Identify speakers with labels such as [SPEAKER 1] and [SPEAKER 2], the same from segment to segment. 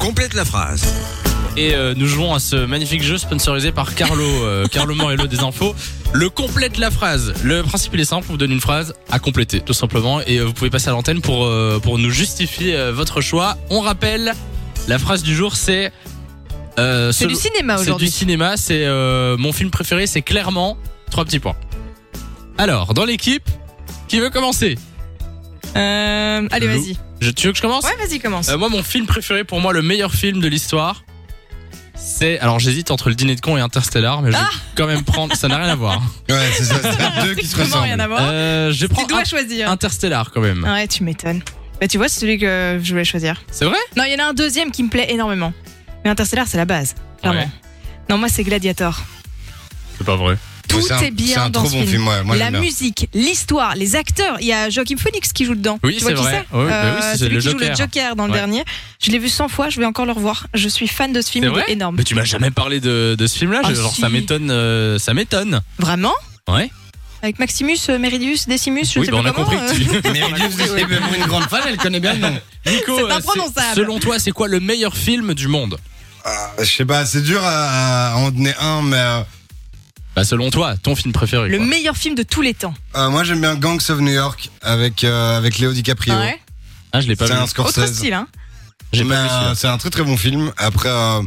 [SPEAKER 1] Complète la phrase.
[SPEAKER 2] et euh, nous jouons à ce magnifique jeu sponsorisé par Carlo, euh, Carlo Morello des infos. Le complète la phrase. Le principe il est simple, on vous donne une phrase à compléter tout simplement et euh, vous pouvez passer à l'antenne pour euh, pour nous justifier euh, votre choix. On rappelle la phrase du jour c'est euh,
[SPEAKER 3] C'est
[SPEAKER 2] selon-
[SPEAKER 3] du cinéma
[SPEAKER 2] c'est du
[SPEAKER 3] aujourd'hui.
[SPEAKER 2] cinéma, c'est euh, mon film préféré, c'est clairement trois petits points. Alors, dans l'équipe, qui veut commencer
[SPEAKER 3] Euh, allez,
[SPEAKER 2] Lou.
[SPEAKER 3] vas-y.
[SPEAKER 2] Je- Tu veux que je commence
[SPEAKER 3] Ouais, vas-y, commence.
[SPEAKER 2] Euh, moi, mon film préféré, pour moi, le meilleur film de l'histoire, c'est. Alors, j'hésite entre le dîner de con et Interstellar, mais je vais
[SPEAKER 3] Ah
[SPEAKER 2] quand même prendre. Ça n'a rien à voir.
[SPEAKER 1] Ouais, c'est ça, c'est deux qui se
[SPEAKER 3] Strictement rien à
[SPEAKER 1] ressemblent.
[SPEAKER 3] voir.
[SPEAKER 2] Euh, je prends
[SPEAKER 3] tu dois
[SPEAKER 2] Int-
[SPEAKER 3] choisir.
[SPEAKER 2] Interstellar quand même.
[SPEAKER 3] Ouais, tu m'étonnes. Bah, tu vois, c'est celui que je voulais choisir.
[SPEAKER 2] C'est vrai
[SPEAKER 3] Non, il y en a un deuxième qui me plaît énormément. Mais Interstellar, c'est la base. Clairement.
[SPEAKER 2] Ouais.
[SPEAKER 3] Non, moi, c'est Gladiator.
[SPEAKER 2] C'est pas vrai.
[SPEAKER 3] Tout
[SPEAKER 1] C'est un-
[SPEAKER 3] est bien
[SPEAKER 1] C'est un
[SPEAKER 3] dans
[SPEAKER 1] trop
[SPEAKER 3] ce
[SPEAKER 1] bon
[SPEAKER 3] film.
[SPEAKER 1] film, ouais. Moi,
[SPEAKER 3] la
[SPEAKER 1] j'aime bien.
[SPEAKER 3] musique, l'histoire, les acteurs. Il y a Joachim Phoenix qui joue dedans.
[SPEAKER 2] Oui,
[SPEAKER 3] Tu vois
[SPEAKER 2] c'est
[SPEAKER 3] qui Euh,
[SPEAKER 2] vrai. Oui, bah oui, c'est
[SPEAKER 3] celui
[SPEAKER 2] le
[SPEAKER 3] qui joue le
[SPEAKER 2] Joker.
[SPEAKER 3] Joker dans le
[SPEAKER 2] Ouais.
[SPEAKER 3] dernier. Je l'ai vu 100 fois, je vais encore le revoir. Je suis fan de ce film,
[SPEAKER 2] C'est
[SPEAKER 3] il
[SPEAKER 2] vrai
[SPEAKER 3] est énorme.
[SPEAKER 2] Mais tu m'as jamais parlé de, de ce film-là.
[SPEAKER 3] Ah,
[SPEAKER 2] je- genre,
[SPEAKER 3] si.
[SPEAKER 2] ça m'étonne. euh, ça m'étonne.
[SPEAKER 3] Vraiment
[SPEAKER 2] Ouais.
[SPEAKER 3] Avec Maximus, euh, Meridius, Decimus, je
[SPEAKER 2] oui,
[SPEAKER 3] sais
[SPEAKER 2] bah,
[SPEAKER 3] plus
[SPEAKER 2] on a
[SPEAKER 3] comment.
[SPEAKER 2] compris.
[SPEAKER 3] euh,
[SPEAKER 2] que tu-
[SPEAKER 1] Mais Elius, c'est même une grande fan, elle connaît bien le nom.
[SPEAKER 2] Nico,
[SPEAKER 3] C'est
[SPEAKER 2] euh,
[SPEAKER 3] imprononçable.
[SPEAKER 2] selon toi, c'est quoi le meilleur film du monde
[SPEAKER 1] Ah, Je sais pas, c'est dur à, à en donner un, mais euh,
[SPEAKER 2] Bah, selon toi, ton film préféré.
[SPEAKER 3] Le
[SPEAKER 2] quoi.
[SPEAKER 3] meilleur film de tous les temps.
[SPEAKER 1] euh, moi j'aime bien Gangs of New York avec, euh, avec Léo DiCaprio.
[SPEAKER 3] Ouais.
[SPEAKER 2] Ah, je l'ai pas
[SPEAKER 1] C'est
[SPEAKER 2] vu.
[SPEAKER 1] un
[SPEAKER 3] Autre
[SPEAKER 1] Scorsese.
[SPEAKER 3] style, hein.
[SPEAKER 2] J'ai
[SPEAKER 1] Mais,
[SPEAKER 2] pas vu celui-là.
[SPEAKER 1] euh, C'est un très très bon film. Après, euh,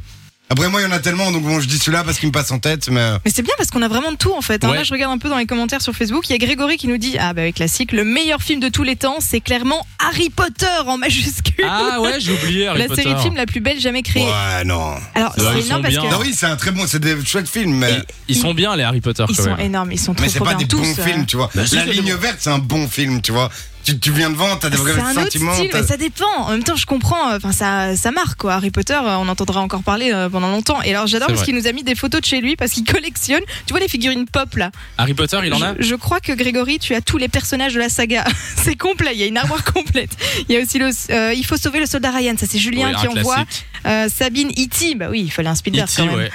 [SPEAKER 1] après moi il y en a tellement, donc bon, je dis celui-là parce qu'il me passe en tête, mais euh,
[SPEAKER 3] Mais c'est bien parce qu'on a vraiment de tout en fait. hein.
[SPEAKER 2] Ouais.
[SPEAKER 3] Là, je regarde un peu dans les commentaires sur Facebook. Il y a Grégory qui nous dit Ah, bah, oui, classique, le meilleur film de tous les temps, c'est clairement Harry Potter en majuscule.
[SPEAKER 2] Ah ouais, j'ai oublié Harry
[SPEAKER 3] la
[SPEAKER 2] Potter.
[SPEAKER 3] série de films la plus belle jamais créée.
[SPEAKER 1] ouais, non.
[SPEAKER 2] Ouais,
[SPEAKER 3] Alors, c'est
[SPEAKER 2] ils sont
[SPEAKER 3] énorme parce
[SPEAKER 2] bien.
[SPEAKER 3] que.
[SPEAKER 2] Ah.
[SPEAKER 1] Non, oui, c'est un très bon, c'est des chouettes films, mais,
[SPEAKER 2] Ils- Euh, Ils sont bien les Harry Potter
[SPEAKER 3] Ils
[SPEAKER 2] quand
[SPEAKER 3] sont
[SPEAKER 2] même.
[SPEAKER 3] énormes, ils sont trop,
[SPEAKER 1] mais c'est
[SPEAKER 3] trop
[SPEAKER 1] pas des
[SPEAKER 3] bien
[SPEAKER 1] bons
[SPEAKER 3] tous. euh.
[SPEAKER 1] films, tu vois.
[SPEAKER 2] Bah, si,
[SPEAKER 1] La
[SPEAKER 2] c'est des
[SPEAKER 1] ligne verte, c'est un bon film, tu vois. Tu, tu viens devant, t'as des vrais
[SPEAKER 3] Bah, C'est un autre
[SPEAKER 1] sentiments.
[SPEAKER 3] style,
[SPEAKER 1] t'as-
[SPEAKER 3] mais ça dépend. En même temps, je comprends. euh, Enfin, ça, ça marque quoi. Harry Potter, euh, on entendra encore parler euh, pendant longtemps. Et alors, j'adore
[SPEAKER 2] C'est
[SPEAKER 3] parce
[SPEAKER 2] vrai.
[SPEAKER 3] qu'il nous a mis des photos de chez lui parce qu'il collectionne. Tu vois les figurines pop là.
[SPEAKER 2] Harry Potter, il en a
[SPEAKER 3] Je, je crois que Grégory, tu as tous les personnages de la saga. c'est complet, il y a une armoire complète. Il y a aussi le, euh, Il faut sauver le soldat Ryan, ça c'est Julien
[SPEAKER 2] Oui, un
[SPEAKER 3] qui envoie.
[SPEAKER 2] classique.
[SPEAKER 3] Euh, Sabine, E.T., bah oui, il fallait un Spielberg
[SPEAKER 2] E.T.,
[SPEAKER 3] quand même.
[SPEAKER 2] ouais.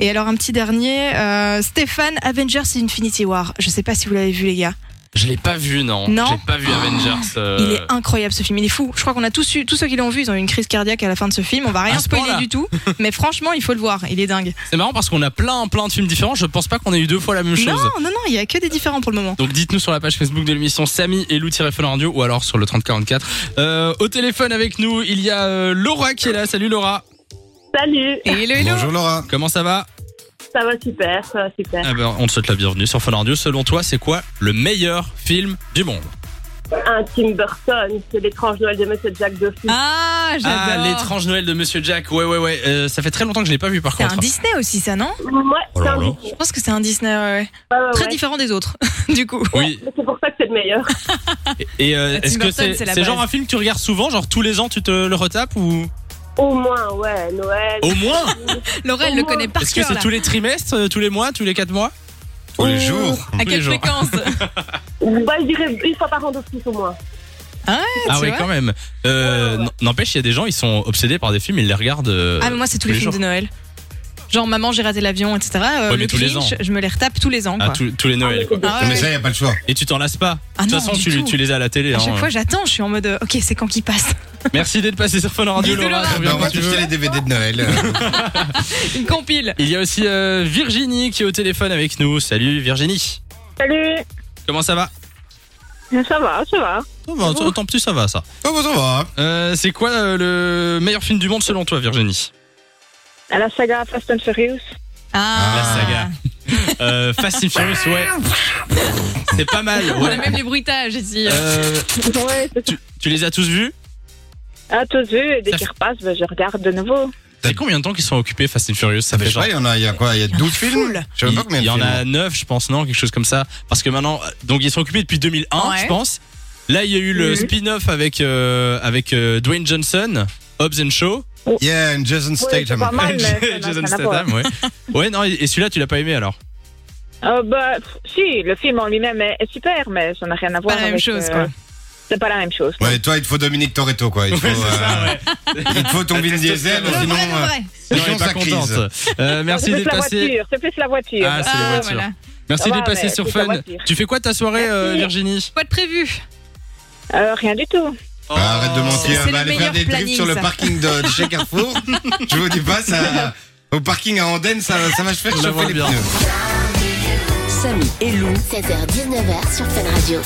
[SPEAKER 3] Et alors un petit dernier, euh, Stéphane, Avengers Infinity War. Je sais pas si vous l'avez vu les gars.
[SPEAKER 2] Je l'ai pas vu, non.
[SPEAKER 3] Non.
[SPEAKER 2] J'ai pas vu
[SPEAKER 3] Oh,
[SPEAKER 2] Avengers. euh,
[SPEAKER 3] Il est incroyable ce film, il est fou. Je crois qu'on a tous eu, tous ceux qui l'ont vu, ils ont eu une crise cardiaque à la fin de ce film. On va rien
[SPEAKER 2] À ce
[SPEAKER 3] spoiler
[SPEAKER 2] point-là.
[SPEAKER 3] du tout, mais franchement, il faut le voir, il est dingue.
[SPEAKER 2] C'est marrant parce qu'on a plein, plein de films différents. Je pense pas qu'on ait eu deux fois la même
[SPEAKER 3] Non,
[SPEAKER 2] chose.
[SPEAKER 3] non, non, il y a que des différents pour le moment.
[SPEAKER 2] Donc dites-nous sur la page Facebook de l'émission Samy et Lou Fun Radio ou alors sur le 3044. Euh, au téléphone avec nous, il y a euh, Laura qui est là. Salut Laura.
[SPEAKER 4] Salut,
[SPEAKER 3] Et hello, hello.
[SPEAKER 1] Bonjour Laura.
[SPEAKER 2] Comment ça va
[SPEAKER 4] ça va super, ça va super.
[SPEAKER 2] Ah ben, On te souhaite la bienvenue sur Fun Radio. Selon toi, c'est quoi le meilleur film du monde Ah.
[SPEAKER 4] Un Tim Burton, c'est l'étrange Noël de Monsieur Jack Duffy.
[SPEAKER 3] Ah,
[SPEAKER 2] Ah,
[SPEAKER 3] j'adore.
[SPEAKER 2] l'étrange Noël de Monsieur Jack. Ouais, ouais, ouais. Euh, ça fait très longtemps que je l'ai pas vu par
[SPEAKER 3] c'est un
[SPEAKER 2] contre.
[SPEAKER 3] Disney aussi ça, non
[SPEAKER 4] Ouais,
[SPEAKER 2] Oh
[SPEAKER 4] c'est
[SPEAKER 2] là
[SPEAKER 4] un
[SPEAKER 2] là.
[SPEAKER 4] Disney.
[SPEAKER 3] Je pense que c'est un Disney, ouais, ouais.
[SPEAKER 4] Ouais, ouais,
[SPEAKER 3] Très
[SPEAKER 4] ouais.
[SPEAKER 3] différent des autres, du coup.
[SPEAKER 2] Oui,
[SPEAKER 4] Mais C'est pour ça que c'est le meilleur.
[SPEAKER 2] Et euh,
[SPEAKER 3] La Tim
[SPEAKER 2] est-ce que
[SPEAKER 3] Burton,
[SPEAKER 2] c'est
[SPEAKER 3] c'est la
[SPEAKER 2] c'est genre
[SPEAKER 3] base.
[SPEAKER 2] un film que tu regardes souvent, genre tous les ans tu te le retapes ou
[SPEAKER 4] Au moins, ouais, Noël.
[SPEAKER 2] au moins
[SPEAKER 3] Laura, elle le
[SPEAKER 4] Pour moi.
[SPEAKER 3] connaît par
[SPEAKER 2] Est-ce que
[SPEAKER 3] cœur.
[SPEAKER 2] c'est
[SPEAKER 3] là.
[SPEAKER 2] tous les trimestres, euh, tous les mois, tous les quatre mois
[SPEAKER 1] Tous les jours.
[SPEAKER 3] À
[SPEAKER 2] tous les
[SPEAKER 3] quelle
[SPEAKER 2] jours.
[SPEAKER 3] fréquence
[SPEAKER 2] Oh.
[SPEAKER 4] Bah, je dirais une fois par an d'office au moins.
[SPEAKER 2] Ah ouais
[SPEAKER 3] vois
[SPEAKER 2] quand même. Euh,
[SPEAKER 4] Ouais, ouais, ouais.
[SPEAKER 2] n- N'empêche, il y a des gens ils sont obsédés par des films, ils les regardent. euh,
[SPEAKER 3] Ah, mais moi, c'est tous les,
[SPEAKER 2] les
[SPEAKER 3] films
[SPEAKER 2] jours.
[SPEAKER 3] de Noël. Genre, maman, j'ai raté l'avion, etc. Euh,
[SPEAKER 2] Ouais, mais
[SPEAKER 3] le
[SPEAKER 2] tous les
[SPEAKER 3] Grinch,
[SPEAKER 2] ans.
[SPEAKER 3] je me les retape tous les ans.
[SPEAKER 2] à
[SPEAKER 3] Quoi.
[SPEAKER 2] tous, tous les Noëls. quoi.
[SPEAKER 3] Ah ouais.
[SPEAKER 1] Mais ça, y a pas le choix.
[SPEAKER 2] Et tu t'en lasses pas. de
[SPEAKER 3] Ah
[SPEAKER 2] toute
[SPEAKER 3] non,
[SPEAKER 2] façon,
[SPEAKER 3] du
[SPEAKER 2] tu, les-
[SPEAKER 3] tout.
[SPEAKER 2] tu les as à la télé.
[SPEAKER 3] à
[SPEAKER 2] hein.
[SPEAKER 3] chaque fois, j'attends, je suis en mode euh, Ok, c'est quand qui passe
[SPEAKER 2] Merci d'être passé sur Fun Radio,
[SPEAKER 3] Bisous,
[SPEAKER 2] Laura.
[SPEAKER 3] Laura.
[SPEAKER 2] tu reviens
[SPEAKER 1] Bah, on
[SPEAKER 2] quand
[SPEAKER 1] va
[SPEAKER 2] tu
[SPEAKER 1] t'acheter
[SPEAKER 2] veux.
[SPEAKER 1] les DVD de Noël. euh.
[SPEAKER 3] Une compile
[SPEAKER 2] Il y a aussi euh, Virginie qui est au téléphone avec nous. Salut Virginie.
[SPEAKER 4] Salut,
[SPEAKER 2] Comment ça va
[SPEAKER 4] ça va, ça va.
[SPEAKER 2] Oh, bah, Tant plus ça va ça.
[SPEAKER 1] Oh, bon, ça va.
[SPEAKER 2] Euh, C'est quoi euh, le meilleur film du monde selon toi, Virginie
[SPEAKER 4] À la saga Fast and Furious.
[SPEAKER 3] Ah,
[SPEAKER 2] La saga. Euh, Fast and Furious, ouais. C'est pas mal.
[SPEAKER 3] On a
[SPEAKER 2] Ouais.
[SPEAKER 3] même les bruitages ici.
[SPEAKER 2] Euh,
[SPEAKER 4] Ouais, c'est ça.
[SPEAKER 2] tu, tu les as tous vus
[SPEAKER 4] À tous vu, et dès
[SPEAKER 2] Ça
[SPEAKER 4] qu'ils repassent, bah, je regarde de nouveau.
[SPEAKER 2] C'est combien de temps qu'ils sont occupés Fast and Furious Ça
[SPEAKER 1] Mais
[SPEAKER 2] fait
[SPEAKER 1] Bah, je sais
[SPEAKER 2] genre.
[SPEAKER 1] pas, il y en a, il y a quoi Il y a 12 films Je sais
[SPEAKER 2] Il,
[SPEAKER 1] pas combien
[SPEAKER 2] il
[SPEAKER 1] de
[SPEAKER 2] y en
[SPEAKER 1] films.
[SPEAKER 2] a 9 je pense, non Quelque chose comme ça. Parce que maintenant, euh, donc ils sont occupés depuis 2001,
[SPEAKER 3] Ouais.
[SPEAKER 2] je pense. Là, il y a eu le
[SPEAKER 4] Mhm.
[SPEAKER 2] spin-off avec euh, avec euh, Dwayne Johnson, Hobbs and Shaw,
[SPEAKER 1] Yeah, and Jason
[SPEAKER 4] Ouais, c'est
[SPEAKER 1] Statham.
[SPEAKER 4] pas mal, mais ça n'a-
[SPEAKER 2] Jason
[SPEAKER 4] ça n'a pas.
[SPEAKER 2] Statham, ouais. Ouais, non, et et celui-là, tu l'as pas aimé alors
[SPEAKER 4] Euh, bah, pff, si, le film en lui-même est est super, mais ça n'a rien à voir
[SPEAKER 3] la même
[SPEAKER 4] avec,
[SPEAKER 3] chose,
[SPEAKER 4] euh,
[SPEAKER 3] quoi.
[SPEAKER 4] C'est pas la même chose.
[SPEAKER 1] Ouais, toi, il te faut Dominique Toretto, quoi. Il te faut,
[SPEAKER 2] Ouais, c'est ça,
[SPEAKER 1] euh,
[SPEAKER 2] ouais.
[SPEAKER 1] il te faut ton Vin Diesel,
[SPEAKER 2] Le
[SPEAKER 3] le
[SPEAKER 1] sinon. euh,
[SPEAKER 3] vrai, le vrai.
[SPEAKER 2] Sinon, elle est
[SPEAKER 1] Sinon, ça
[SPEAKER 2] pas
[SPEAKER 1] crise.
[SPEAKER 2] contente. Euh, merci
[SPEAKER 4] C'est plus
[SPEAKER 2] d'être
[SPEAKER 4] la
[SPEAKER 2] passé.
[SPEAKER 4] voiture, c'est plus la voiture.
[SPEAKER 2] Ah, c'est les
[SPEAKER 3] Ah,
[SPEAKER 2] voitures.
[SPEAKER 3] voilà.
[SPEAKER 2] Merci
[SPEAKER 4] Ça
[SPEAKER 2] d'être
[SPEAKER 4] va,
[SPEAKER 2] passé
[SPEAKER 4] mais
[SPEAKER 2] sur
[SPEAKER 4] c'est ta
[SPEAKER 2] Fun.
[SPEAKER 4] voiture.
[SPEAKER 2] Tu fais quoi ta soirée, euh,
[SPEAKER 4] Merci.
[SPEAKER 2] Virginie
[SPEAKER 3] Quoi de prévu
[SPEAKER 4] Euh, rien du tout.
[SPEAKER 1] Bah, arrête
[SPEAKER 2] Oh,
[SPEAKER 1] de mentir,
[SPEAKER 3] C'est- c'est
[SPEAKER 1] va
[SPEAKER 3] le
[SPEAKER 1] aller faire
[SPEAKER 3] meilleur
[SPEAKER 1] des drifts
[SPEAKER 3] planning,
[SPEAKER 1] sur le
[SPEAKER 3] ça.
[SPEAKER 1] parking de, de chez Carrefour. Je vous dis pas, ça, au parking à Andenne, ça, ça va se faire
[SPEAKER 2] On la
[SPEAKER 1] chauffer
[SPEAKER 2] voit
[SPEAKER 1] les
[SPEAKER 2] bien.
[SPEAKER 1] pneus.
[SPEAKER 5] Samy et Lou
[SPEAKER 6] 16h-19h sur Fun Radio.